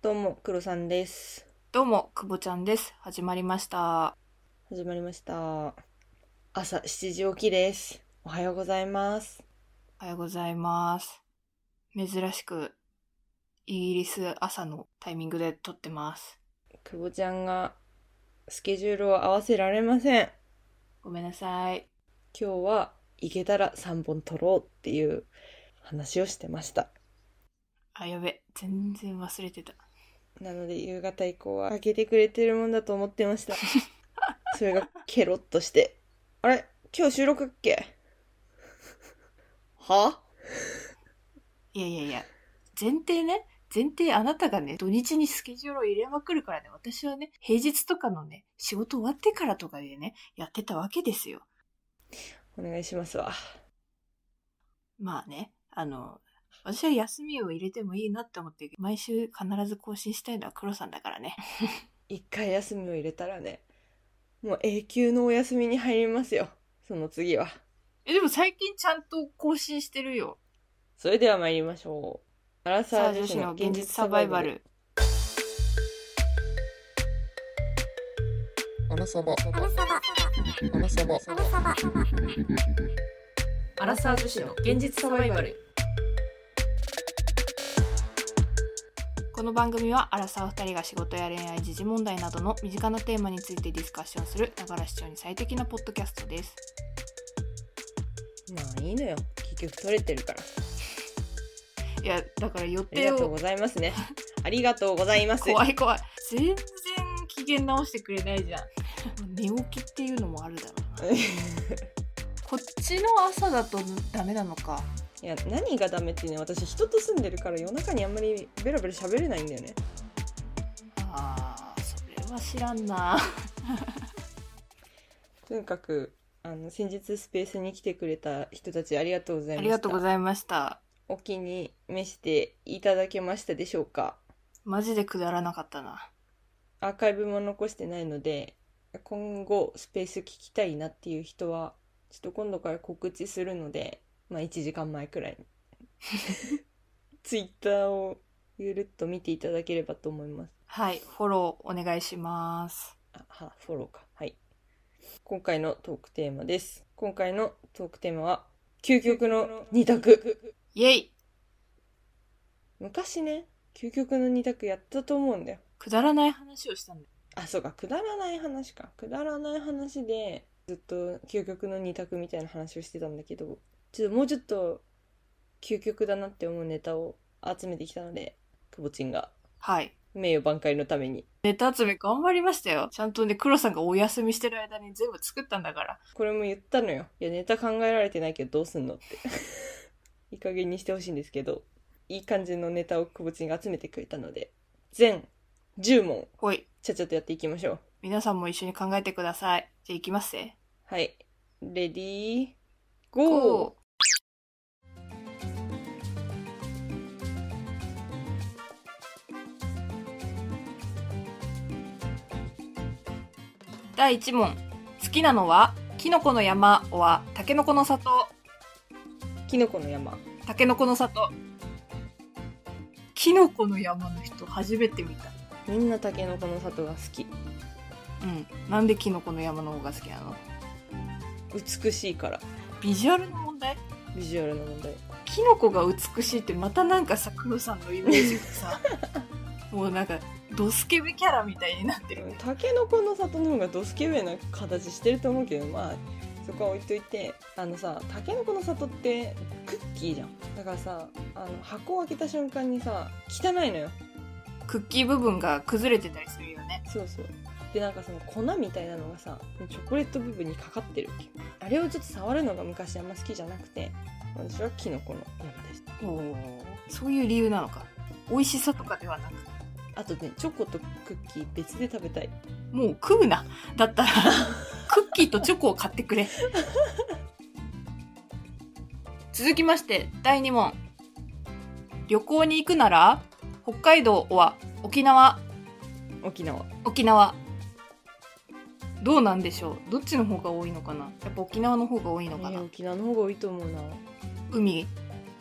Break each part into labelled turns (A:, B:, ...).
A: どうも、黒さんです。
B: どうも、くぼちゃんです。始まりました。
A: 始まりました。朝7時起きです。おはようございます。
B: おはようございます。珍しく、イギリス朝のタイミングで撮ってます。
A: 久保ちゃんがスケジュールを合わせられません。
B: ごめんなさい。
A: 今日は行けたら3本撮ろうっていう話をしてました。
B: あ、やべ。全然忘れてた。
A: なので夕方以降は開けてくれてるもんだと思って ました。それがケロッとして、あれ今日収録っけはい
B: やいやいや、前提ね。前提あなたがね、土日にスケジュールを入れまくるからね、私はね、平日とかのね、仕事終わってからとかでね、やってたわけですよ。
A: お願いしますわ。
B: まあね、あの、私は休みを入れてもいいなって思って、毎週必ず更新したいのは黒さんだからね。
A: 一回休みを入れたらねもう永久のお休みに入りますよその次は
B: え、でも最近ちゃんと更新してるよ。
A: それでは参りましょうアラサ
B: さ
A: ー
B: あ
A: 女
B: 女
A: 子
B: 子
A: の
B: の
A: 現
B: 現
A: 実
B: 実
A: サ
B: サ
A: バ
B: バ
A: イ
B: イ
A: バ
B: バ
A: ル
B: ル。
C: アラサバ。アラサバ。アラサバ。
B: アラサー女子の現実サバイバル。この番組はアラサー2人が仕事や恋愛時事問題などの身近なテーマについてディスカッションするながら視聴に最適なポッドキャストです
A: まあいいのよ結局取れてるから
B: いやだから予
A: あり
B: 定
A: がとう
B: を
A: ございますねありがとうございます
B: 怖い怖い全然機嫌直してくれないじゃん 寝起きっていうのもあるだろうなこっちの朝だとダメなのか
A: いや何がダメってね私人と住んでるから夜中にあんまりベラベラ喋れないんだよね
B: あーそれは知らんな
A: とにかくあの先日スペースに来てくれた人たちありがとうござい
B: あ
A: ま
B: り
A: し
B: がとうご
A: た
B: ざいました
A: お気に召していただけましたでしょうか
B: マジでくだらなかったな
A: アーカイブも残してないので今後スペース聞きたいなっていう人はちょっと今度から告知するので、まあ、1時間前く らいにツイッターをゆるっと見ていただければと思います
B: はいフォローお願いします
A: あはフォローかはい今回のトークテーマです今回のトークテーマは究極の二択
B: イエイ
A: 昔ね究極の二択やったと思うんだよ
B: くだらない話をしたんだ
A: あ、そうか、くだらない話か。くだらない話で、ずっと究極の二択みたいな話をしてたんだけど、ちょっともうちょっと究極だなって思うネタを集めてきたので、くぼちんが
B: はい
A: 名誉挽回のために。
B: ネタ集め頑張りましたよちゃんとね黒さんがお休みしてる間に全部作ったんだから
A: これも言ったのよ。いや、ネタ考えられてないけどどうすんのって。 いい加減にしてほしいんですけど、いい感じのネタをくぼちんが集めてくれたので、全10問、
B: ほい
A: ちゃちゃっとやっていきましょう。
B: 皆さんも一緒に考えてくださいじゃあ行きますぜ
A: はい。レディー、ゴー
B: ー第1問好きなのはキノコの山はタケノコの里
A: キノコの山。
B: タケノコの里キノコの山の人初めて見た
A: みんなタケノコの里が好き
B: うんなんでキノコの山の方が好きなの
A: 美しいから
B: ビジュアルの問題
A: ビジュアルの問題
B: キノコが美しいってまたなんかさ黒さんのイメージが さもうなんかドスケベキャラみたいになってる
A: タケノコの里の方がドスケベな形してると思うけどまあそこは置いといてあのさタケノコの里ってクッキーじゃんだからさあの箱を開けた瞬間にさ汚いのよ
B: クッキー部分が崩れてたりするよね
A: そうそうでなんかその粉みたいなのがさチョコレート部分にかかってるわけあれをちょっと触るのが昔あんま好きじゃなくて私はキノコの山でした
B: そういう理由なのか美味しさとかではなく
A: あとねチョコとクッキー別で食べたい
B: もう食うなだ ったらクッキーとチョコを買ってくれ続きまして第2問旅行に行くなら北海道は沖縄
A: 沖縄
B: 沖縄どうなんでしょうどっちの方が多いのかなやっぱ沖縄の方が多いのか
A: い
B: な、
A: や沖縄の方が多いと思うな
B: 海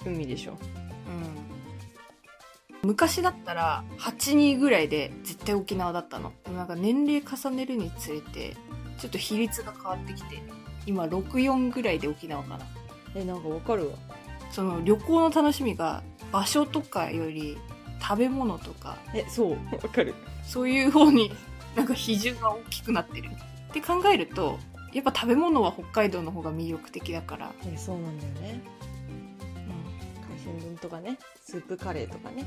A: 海でしょ
B: うん昔だったら8人ぐらいで絶対沖縄だったのでもなんか年齢重ねるにつれてちょっと比率が変わってきて今64ぐらいで沖縄かな
A: えなんかわかるわ
B: その旅行の楽しみが場所とかより食べ物とか
A: えそう わかる
B: そういう方に なんか比重が大きくなってるって考えるとやっぱ食べ物は北海道の方が魅力的だから、
A: えそうなんだよね
B: うん、
A: 海鮮丼とかねスープカレーとかね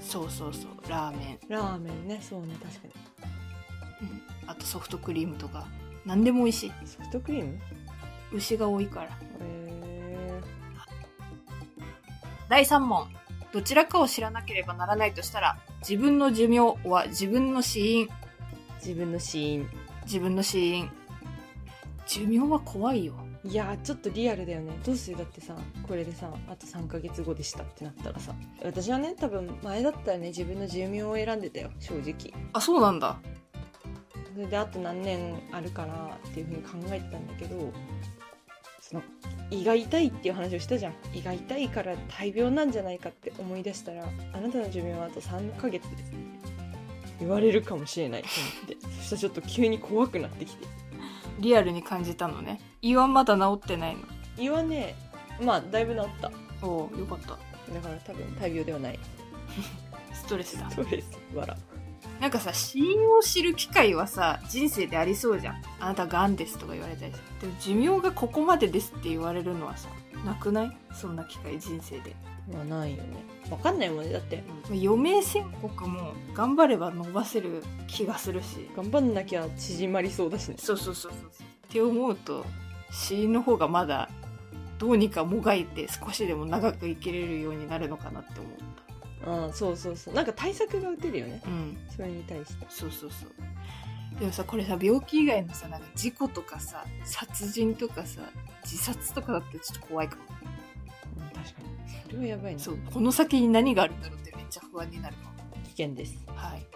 B: そうそうそうラーメン、
A: ラーメンねそうね確か
B: うん、あとソフトクリームとか何でも美味しい
A: にソフトクリーム
B: 牛が多いから
A: え
B: 第3問どちらかを知らなければならないとしたら自分の寿命は自分の死因
A: ー、自分の死因
B: 自分の死因寿命は怖いよ
A: いやーちょっとリアルだよねどうするだってさこれでさあと3ヶ月後でしたってなったらさ私はね多分前だったらね自分の寿命を選んでたよ正直
B: あそうなんだ
A: それであと何年あるかなっていうふうに考えてたんだけどその胃が痛いっていう話をしたじゃん胃が痛いから大病なんじゃないかって思い出したらあなたの寿命はあと3ヶ月です言われるかもしれないと思ってそしたらちょっと急に怖くなってきて
B: リアルに感じたのね胃はまだ治ってないの
A: 胃はねまあだいぶ治った
B: おおよかった
A: だから多分大病ではない
B: ストレスだ
A: そうです笑
B: なんかさ死因を知る機会はさ人生でありそうじゃんあなたがんですとか言われたりさでも寿命がここまでですって言われるのはさなくないそんな機会人生で
A: まあないよねわかんないもんねだって
B: 余命宣告も頑張れば伸ばせる気がするし
A: 頑張んなきゃ縮まりそうだしね
B: そうそうそうそうそうって思うと死因の方がまだどうにかもがいて少しでも長く生きれるようになるのかなって思っ
A: うんそうそうそうなんか対策が打てるよね
B: たうん
A: それに対して
B: そうそうそうでもさこれさ病気以外のさなんか事故とかさ殺人とかさ自殺とかだってちょっと怖いかも
A: うん確かにそれはやばいな
B: そうこの先に何があるんだろうってめっちゃ不安になるかも
A: 危険です
B: はい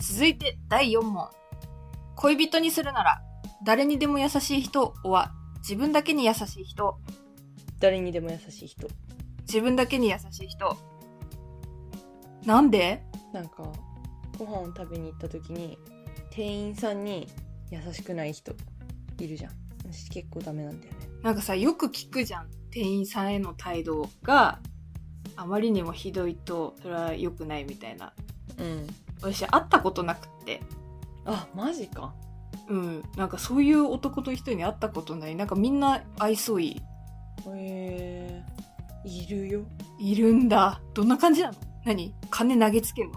B: 続いて第4問恋人にするなら誰にでも優しい人は自分だけに優しい人
A: 誰にでも優しい人
B: 自分だけに優しい人なんで
A: なんかご飯を食べに行った時に店員さんに優しくない人いるじゃん私結構ダメなんだよね
B: なんかさよく聞くじゃん店員さんへの態度があまりにもひどいとそれは良くないみたいな
A: うん
B: 私会ったことなくって
A: あマジか
B: うんなんかそういう男の人に会ったことないなんかみんな愛想い
A: へえいるよ
B: いいるんだどんな感じなの何金投げつけるの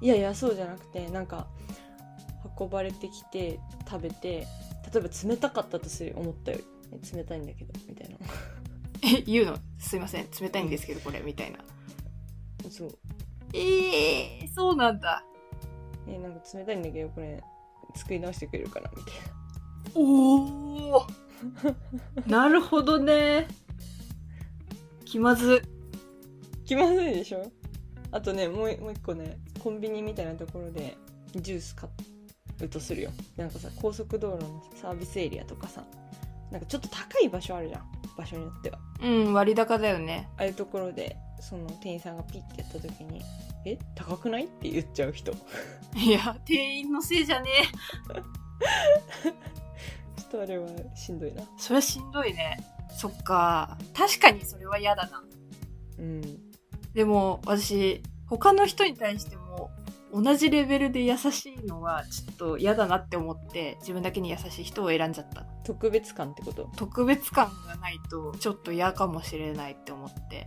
A: いやいやそうじゃなくてなんか運ばれてきて食べて例えば冷たかったとする思ったよりえ冷たいんだけどみたいな
B: え言うのすいません冷たいんですけどこれみたいな
A: そう
B: ええそうなんだ
A: えなんか冷たいんだけどこれ作り直してくれるかなみたいな
B: おおなるほどね気まず
A: 気まずいでしょあとねもうもう一個ねコンビニみたいなところでジュース買うとするよなんかさ高速道路のサービスエリアとかさなんかちょっと高い場所あるじゃん場所によっては
B: うん割高だよね
A: ああいうところでその店員さんがピッてやった時に「え高くない?」って言っちゃう人 ちょ
B: いや、店員のせいじゃねえ。
A: っとあれはしんどいな
B: それはしんどいね。そっか。確かにそれは嫌だな。
A: うん
B: でも、私、他の人に対しても、同じレベルで優しいのは、ちょっと嫌だなって思って、自分だけに優しい人を選んじゃった。
A: 特別感ってこと
B: 特別感がないと、ちょっと嫌かもしれないって思って。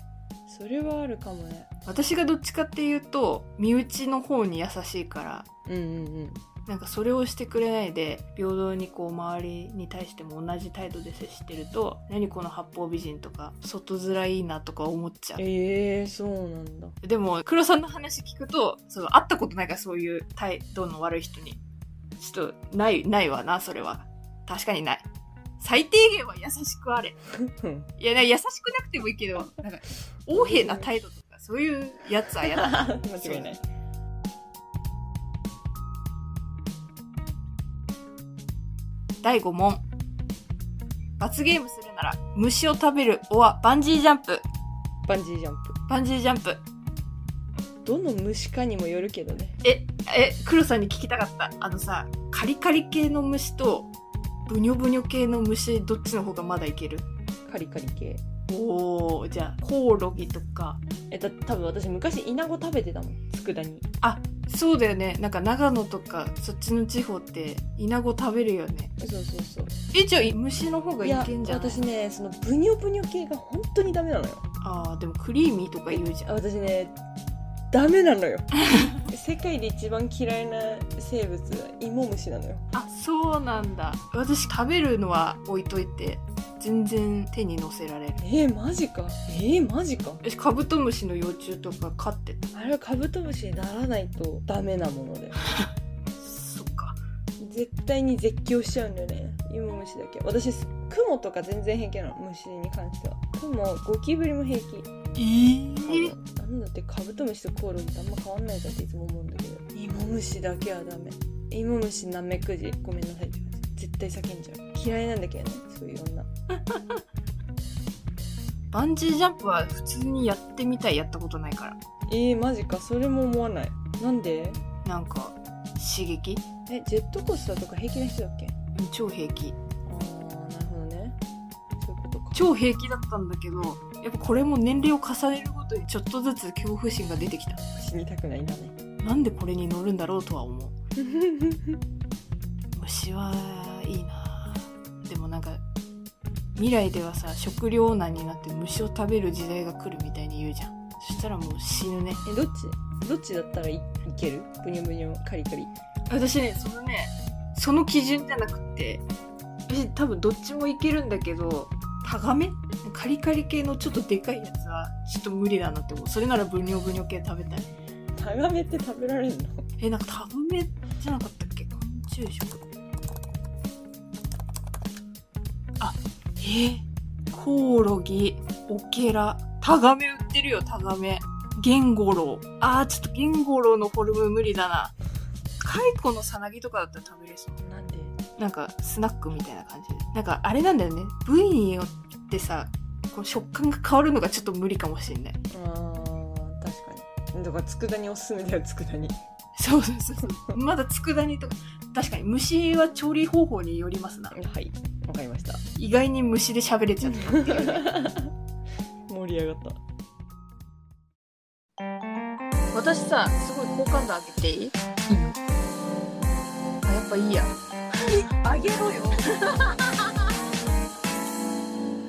A: それはあるかもね
B: 私がどっちかっていうと、身内の方に優しいから、
A: うんうんうん
B: なんかそれをしてくれないで平等にこう周りに対しても同じ態度で接してると何この八方美人とか外面いいなとか思っちゃう
A: ええー、そうなんだ
B: でも黒さんの話聞くとその会ったことないからそういう態度の悪い人にちょっとないないわなそれは確かにない最低限は優しくあれ いやな優しくなく てもいいけどなんか横柄な態度とかそういうやつは嫌だ
A: 間違いない
B: 第5問。罰ゲームするなら、虫を食べる、おはバンジージャンプ。
A: バンジージャンプ
B: バンジージャンプ。
A: どの虫かにもよるけどね
B: え、え、黒さんに聞きたかった。あのさ、カリカリ系の虫と、ブニョブニョ系の虫、どっちの方がまだいける
A: カリカリ系
B: おー、じゃあ、コオロギとか。
A: えだ多分私昔イナゴ食べてたもん佃煮
B: そうだよね。なんか長野とか、そっちの地方って、イナゴ食べるよね。
A: そうそうそう
B: え、じゃあ、虫の方が
A: い
B: い
A: や
B: けんじゃない
A: 私ねそのブニョブニョ系が本当にダメなのよ
B: あー、でもクリーミーとか言うじゃん。
A: 私ねダメなのよ 世界で一番嫌いな生物はイモムシなのよ
B: あそうなんだ私食べるのは置いといて全然手にのせられる
A: えー、マジかえー、マジか
B: 私カブトムシの幼虫とか飼ってた
A: あれはカブトムシにならないとダメなものだよ
B: そっか
A: 絶対に絶叫しちゃうんだよねイモムシだけ私クモとか全然平気なの虫に関してはクモゴキブリも平気
B: え
A: 多分なんだってカブトムシとコオロギってあんま変わんないじゃんっていつも思うんだけどイモムシだけはダメイモムシナメクジごめんなさいって感じ絶対叫んじゃう嫌いなんだけどねそういう女
B: バンジージャンプは普通にやってみたいやったことないから
A: えー、マジかそれも思わないなんで
B: なんか刺激
A: えジェットコースターとか平気な人だっけ
B: うん超平気
A: あーなるほどねそういうことか
B: 超平気だったんだけどやっぱこれも年齢を重ねるごとにちょっとずつ恐怖心が出てきた
A: 死にたくないんだ ね
B: なんでこれに乗るんだろうとは思う虫はいいなでもなんか未来ではさ食糧難になって虫を食べる時代が来るみたいに言うじゃんそしたらもう死ぬね
A: えどっちどっちだったらいいけるブニョブニョカリカリ
B: 私ねそのねその基準じゃなくって私多分どっちもいけるんだけどタガメカリカリ系のちょっとでかいやつはちょっと無理だなって思うそれならブニョブニョ系食べたい
A: タガメって食べられるの
B: えなんかタガメじゃなかったっけ昆虫食あえーコオロギオケラタガメ売ってるよタガメゲンゴロウあーちょっとゲンゴロウのフォルム無理だなカイコのさなぎとかだったら食べれそう
A: なんで
B: なんかスナックみたいな感じでなんかあれなんだよね部位によってさこう食感が変わるのがちょっと無理かもしんない
A: あー確かにだから佃煮おすすめだよ佃煮
B: そうそうそうそうまだ佃煮とか確かに虫は調理方法によりますな
A: はいわかりました
B: 意外に虫で喋れちゃったっていうね
A: 盛り上がった
B: 私さすごい好感度上げていいあやっぱいいや あげろよ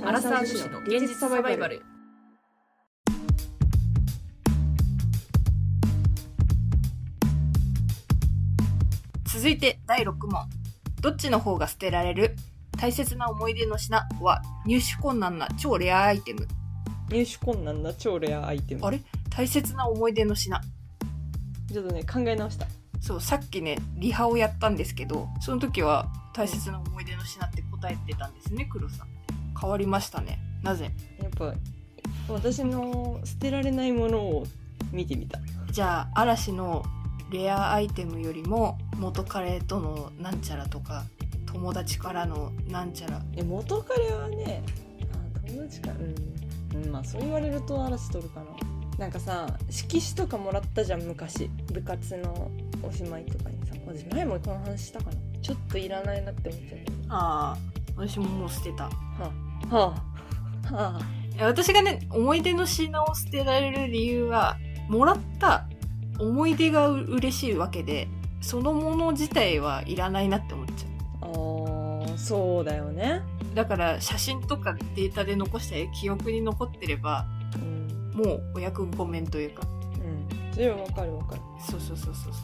B: アラサー女子の現実サバイバル続いて第6問どっちの方が捨てられる大切な思い出の品は入手困難な超レアアイテム
A: 入手困難な超レアアイテム
B: あれ大切な思い出の品
A: ちょっとね考え直した
B: そうさっきねリハをやったんですけどその時は大切な思い出の品って答えてたんですね黒さん変わりましたねなぜ
A: やっぱ私の捨てられないものを見てみた
B: じゃあ嵐のレアアイテムよりも元彼とのなんちゃらとか友達からのなんちゃら
A: え元彼はねあ友達かうん、うん、まあそう言われると嵐取るかななんかさ色紙とかもらったじゃん昔部活のおしまいとかにさ私前もこの話したかなちょっといらないなって思っちゃった
B: ああ私ももう捨てた
A: はあはあ
B: いや私がね思い出の品を捨てられる理由はもらった思い出がう嬉しいわけでそのもの自体はいらないなって思っちゃう
A: あーそうだよね、
B: だから写真とかデータで残したり記憶に残ってれば
A: うん
B: もうお役御免というか
A: うん、それはわかるわかる
B: そうそうそうそうそう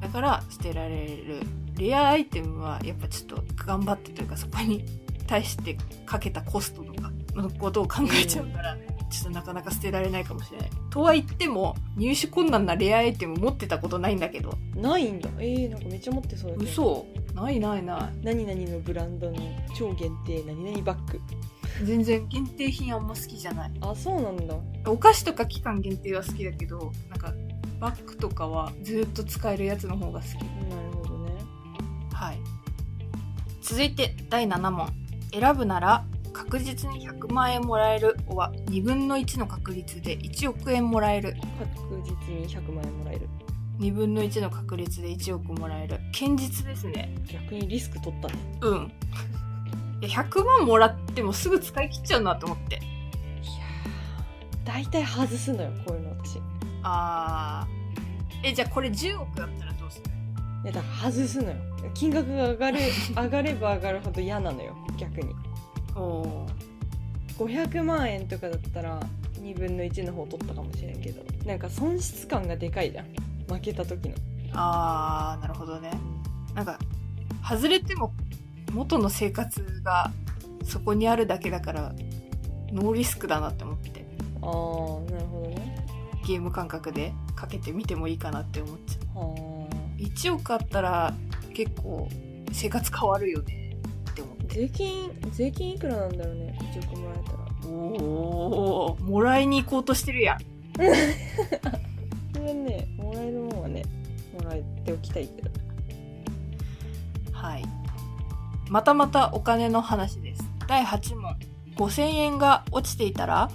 B: だから捨てられるレアアイテムはやっぱちょっと頑張ってというかそこに対してかけたコストとかのことを考えちゃうから、ちょっとなかなか捨てられないかもしれないとは言っても入手困難なレアアイテム持ってたことないんだけど
A: ないんだえー、なんかめっちゃ持ってそうだけど
B: 嘘ないないな
A: 何々のブランドの超限定何々バッグ
B: い全然限定品あんま好きじゃない
A: あそうなんだ
B: お菓子とか期間限定は好きだけどなんかバッグとかはずっと使えるやつの方が好き
A: なるほどね
B: はい続いて第7問選ぶなら確実に100万円もらえるは2分の1の確率で1億円もらえる
A: 確実に100万円もらえる
B: 2分の1の確率で1億もらえる堅実ですね
A: 逆にリスク取ったね
B: うん いや100万もらってもすぐ使い切っちゃうなと思って
A: いやー大体外すのよこういうの私い
B: あーえじゃあこれ10億だったらどうする
A: やだから外すのよ金額が上が る上がれば上がるほど嫌なのよ逆に
B: おお
A: 500万円とかだったら2分の1の方取ったかもしれんけどなんか損失感がでかいじゃん負けた時の
B: あーなるほどねなんか外れても元の生活がそこにあるだけだからノーリスクだなって思って
A: あーなるほどね
B: ゲーム感覚でかけてみてもいいかなって思っちゃう
A: は
B: 1億あったら結構生活変わるよねって思っ
A: あ
B: て
A: 税金税金いくらなんだろうね1億もらえたら
B: おおもらいに行こうとしてるやん
A: それはねもらえるもんはねもらっておきたいけど
B: はいまたまたお金の話です第8問5000円が落ちていたら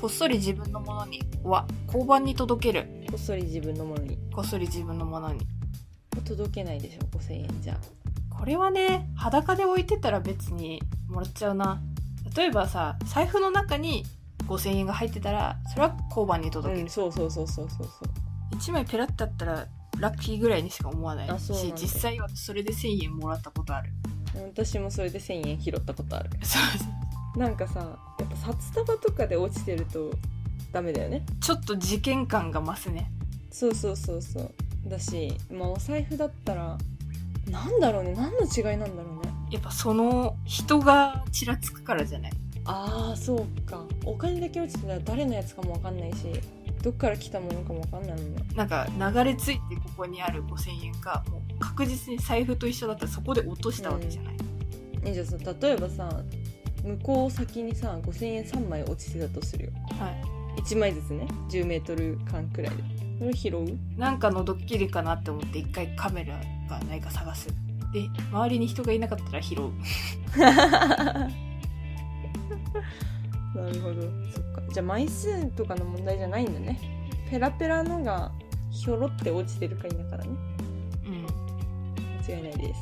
B: こっそり自分のものには交番に届ける
A: こっそり自分のものに
B: こっそり自分のものに
A: 届けないでしょ5000円じゃ
B: これはね裸で置いてたら別にもらっちゃうな例えばさ財布の中に5000円が入ってたらそれは交番に届ける、
A: んそうそうそうそうそうそう
B: 1枚ペラってあったらラッキーぐらいにしか思わない
A: あそうなん
B: し
A: だ
B: 実際はそれで1000円もらったことある
A: 私もそれで1000円拾ったことある
B: そう
A: なんかさやっぱ札束とかで落ちてるとダメだよね
B: ちょっと事件感が増すね
A: そうそうそうそうだしまあお財布だったらなんだろうね何の違いなんだろうね
B: やっぱその人がちらつくからじゃない
A: ああそうかお金だけ落ちてたら誰のやつかも分かんないしどっから来たものかも分かんないもんね
B: なんか流れ着いてここにある5000円がもう確実に財布と一緒だったらそこで落としたわけじゃない、
A: えじゃあさ例えばさ向こう先にさ5,000円3枚落ちてたとするよ
B: はい
A: 1枚ずつね1 0ル間くらいでそれ拾 う
B: なんかのドッキリかなって思って一回カメラがないか探すで周りに人がいなかったら拾う
A: なるほどそっかじゃあ枚数とかの問題じゃないんだねペラペラのがひょろって落ちてるか否かだね
B: うん
A: 間違いないで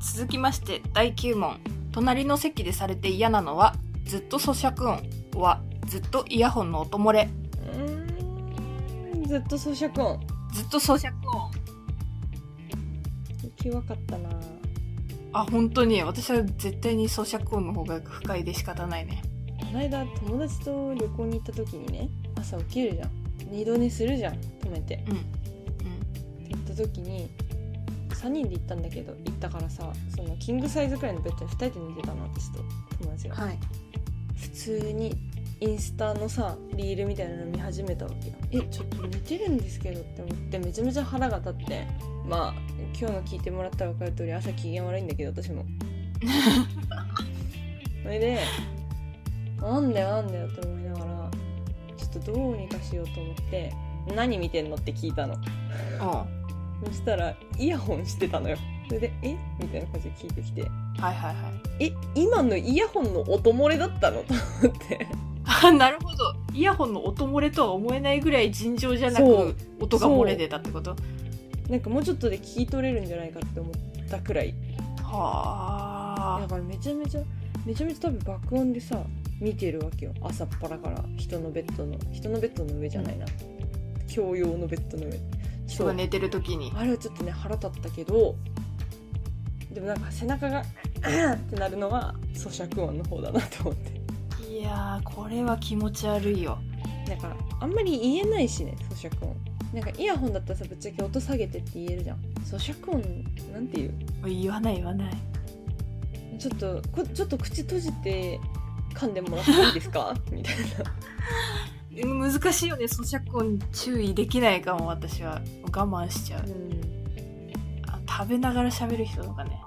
A: す
B: 続きまして第9問隣の席でされて嫌なのはずっと咀嚼音はずっとイヤホンの音漏れ
A: うーんずっと咀嚼音
B: ずっと咀嚼音
A: 気分かったな
B: あ本当に私は絶対に咀嚼音の方が不快で仕方ないね
A: この間友達と旅行に行った時にね朝起きるじゃん二度寝するじゃん止めて
B: うん
A: って言った時に3人で行ったんだけど行ったからさそのキングサイズくらいのベッドで2人で寝てたの私と友達
B: うん
A: が、
B: はい
A: 普通にインスタのさリールみたいなの見始めたわけよえちょっと似てるんですけどって思ってめちゃめちゃ腹が立ってまあ今日の聞いてもらったら分かる通り朝機嫌悪いんだけど 私もそれでなんだよなんだよって思いながらちょっとどうにかしようと思って何見てんのって聞いたの
B: おう
A: そしたらイヤホンしてたのよそれで「えみたいな感じで聞いてきて
B: はいはいはい
A: 「え今のイヤホンの音漏れだったの?」と思って
B: あ なるほどイヤホンの音漏れとは思えないぐらい尋常じゃな
A: そう
B: く音が漏れてたってこと
A: なんかもうちょっとで聞き取れるんじゃないかって思ったくらいだ
B: はあ
A: からめちゃめちゃめちゃめちゃ多分爆音でさ見てるわけよ朝っぱらから人のベッドの人のベッドの上じゃないな共用のベッドの上
B: 人が寝てる時に
A: あれはちょっとね腹立ったけどでもなんか背中が「あっ!」ってなるのは咀嚼音の方だなと思って
B: いやーこれは気持ち悪いよ
A: なんかあんまり言えないしね咀嚼音なんかイヤホンだったらさぶっちゃけ音下げてって言えるじゃん咀嚼音なんて言う
B: 言わない言わない
A: ちょっとこちょっと口閉じて噛んでもらっていいですかみたい
B: 難しいよね咀嚼音に注意できないかも私は我慢しちゃ
A: な
B: うあ食べながら喋る人とかね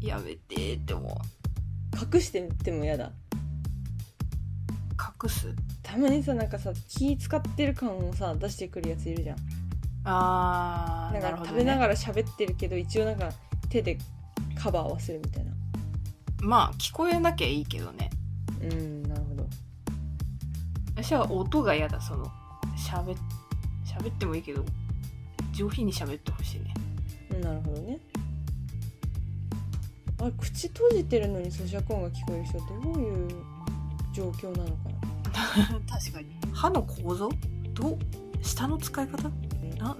B: やめてーって思う
A: 隠してても嫌だ
B: 隠す
A: たまにさなんかさ気使ってる感をさ出してくるやついるじゃん
B: あー
A: なん
B: なる
A: か
B: ほど、
A: 食
B: ね、
A: べながら喋ってるけど一応なんか手でカバーはするみたいな
B: まあ聞こえなきゃいいけどね
A: うんなるほど
B: 私は音が嫌だその喋っ喋ってもいいけど上品に喋ってほしいね
A: なるほどねあれ口閉じてるのに咀嚼音が聞こえる人ってどういう状況なのかな
B: 確かに歯の構造どう舌の使い方な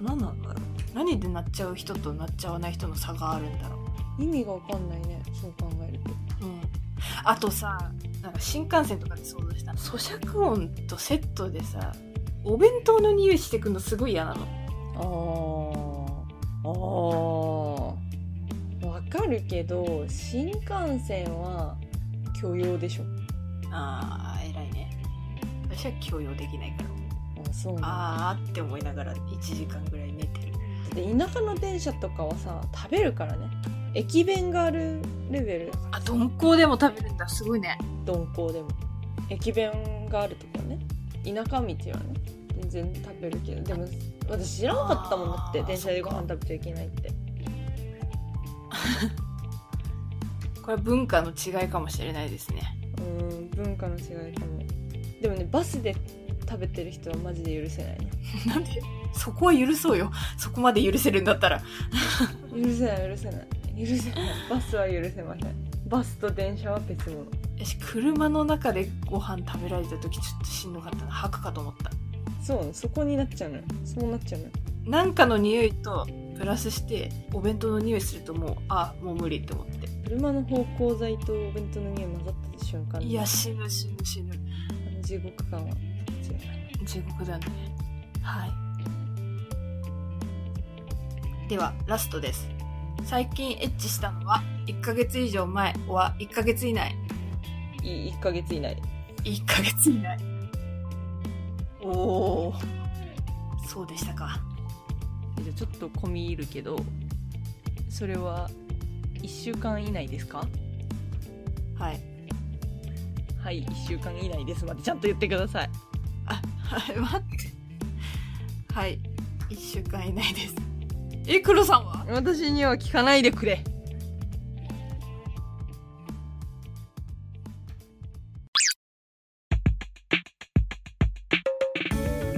B: 何なんだろう何でなっちゃう人となっちゃわない人の差があるんだろ
A: 意味がわかんないねそう考えると
B: ううんあとさなんか新幹線とかで想像した咀嚼音とセットでさお弁当の匂いしてくんのすごい嫌なの
A: ああああわかるけど新幹線は許容でしょ
B: あー偉いね私は強要できないから
A: あそうなんだ
B: あーって思いながら1時間ぐらい寝てる
A: で田舎の電車とかはさ食べるからね駅弁があるレベル
B: あ鈍行でも食べるんだすごいね
A: 鈍行でも駅弁があるとこね田舎道はね全然食べるけどでも私知らなかったもんだって
B: あー
A: 電車で
B: そ
A: ご
B: っ
A: 飯
B: か
A: 食べちゃいけないって
B: これは文化の違いかもしれないですね
A: うーん文化の違いかもでもねバスで食べてる人はマジで許せないね
B: なんでそこは許そうよそこまで許せるんだったら
A: 許せない許せない許せないバスは許せませんバスと電車は別物
B: 私車の中でご飯食べられた時ちょっとしんどかったな吐くかと思った
A: そうそこになっちゃうのよそうなっちゃうのよ
B: なんかの匂いとプラスしてお弁当の匂いするともうあもう無理って思って
A: 車の芳香剤とお弁当の匂い混ざった瞬間
B: いや死ぬ死ぬ死ぬ
A: あの地獄感は強い
B: 地獄だねはいではラストです最近エッチしたのは1ヶ月以上前は1ヶ月以内
A: い1ヶ月以内
B: 1ヶ月以内おおそうでしたか
A: じゃあちょっと込み入るけどそれは1週間以内ですか
B: はい
A: はい1週間以内ですまでちゃんと言ってください
B: あはい待ってはい1週間以内ですえ黒さんは
A: 私には聞かないでくれ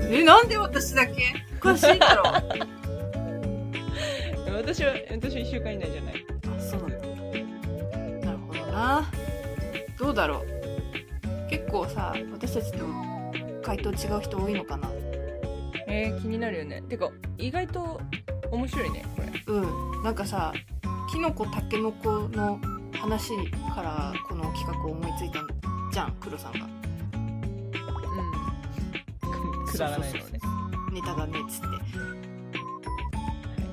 B: えなんで私だけおかしいだろ あ
A: 私は私は1週間以内じゃない
B: そうなんだなるほどなどうだろう結構さ私たちと回答違う人多いのかな
A: えー、気になるよねてか意外と面白いねこれ
B: うんなんかさキノコタケノコの話からこの企画を思いついたんじゃん黒さんが
A: うんくだらないのね
B: ネタがねっつっ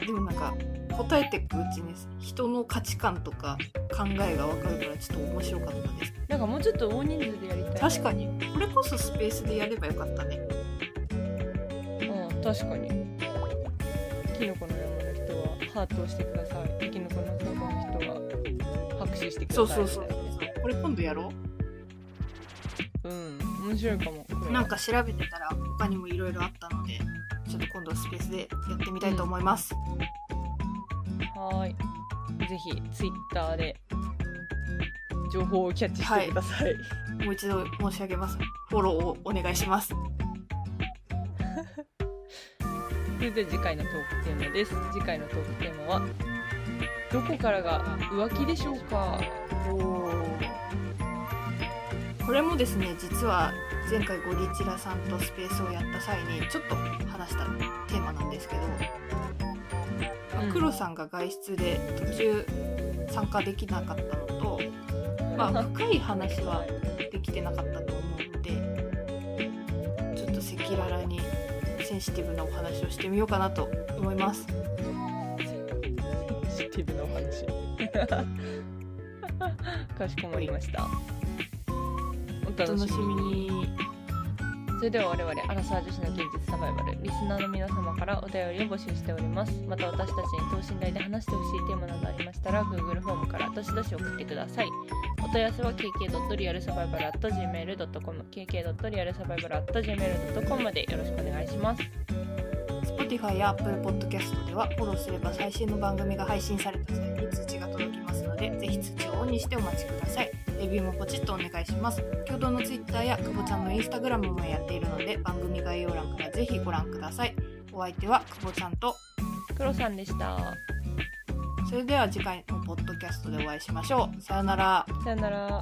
B: てでもなんか答えてくうちに人の価値観とか考えが分かるからちょっと面白かったです
A: なんかもうちょっと大人数でやりたい
B: 確かにこれこそスペースでやればよかったね
A: うん確かにキノコの山の人はハートをしてくださいキノコの山の人は拍手してくださ
B: そ
A: いう
B: そうそう
A: みたい
B: これ今度やろ
A: なうん面白いかも
B: うなんか調べてたら他にもいろいろあったのでちょっと今度スペースでやってみたいと思います、
A: はーいぜひツイッターで情報をキャッチしてください、
B: もう一度申し上げますフォローをお願いします
A: それでは次回のトークテーマです次回のトークテーマはどこからが浮気でしょうか
B: これもですね実は前回ゴリチラさんとスペースをやった際にちょっと話したテーマなんですけど、まあ
A: うん
B: 黒さんが外出で途中参加できなかったのと、ま あ、深い話はできてなかったと思うのでちょっと赤裸々にセンシティブなお話をしてみようかなと思います。
A: センシティブなお話かしこまりましたお
B: お
A: 楽
B: 楽
A: し
B: し
A: み
B: み
A: に
B: に
A: それでは我々アラサー女子の現実サバイバルリスナーの皆様からお便りを募集しておりますまた私たちに等身大で話してほしいテーマなどありましたら Google フォームからどしどし送ってくださいお問い合わせは kk.realsurvival.gmail.com kk.realsurvival.gmail.com までよろしくお願いします
B: Spotify や Apple Podcast ではフォローすれば最新の番組が配信された際に通知が届きますのでで、ぜひ通知をオンにしてお待ちください。レビューもポチッとお願いします。共同のツイッターや久保ちゃんのインスタグラムもやっているので、番組概要欄からぜひご覧ください。お相手は久保ちゃんと、
A: 黒さんでした
B: それでは次回のポッドキャストでお会いしましょう。さよなら。
A: さよなら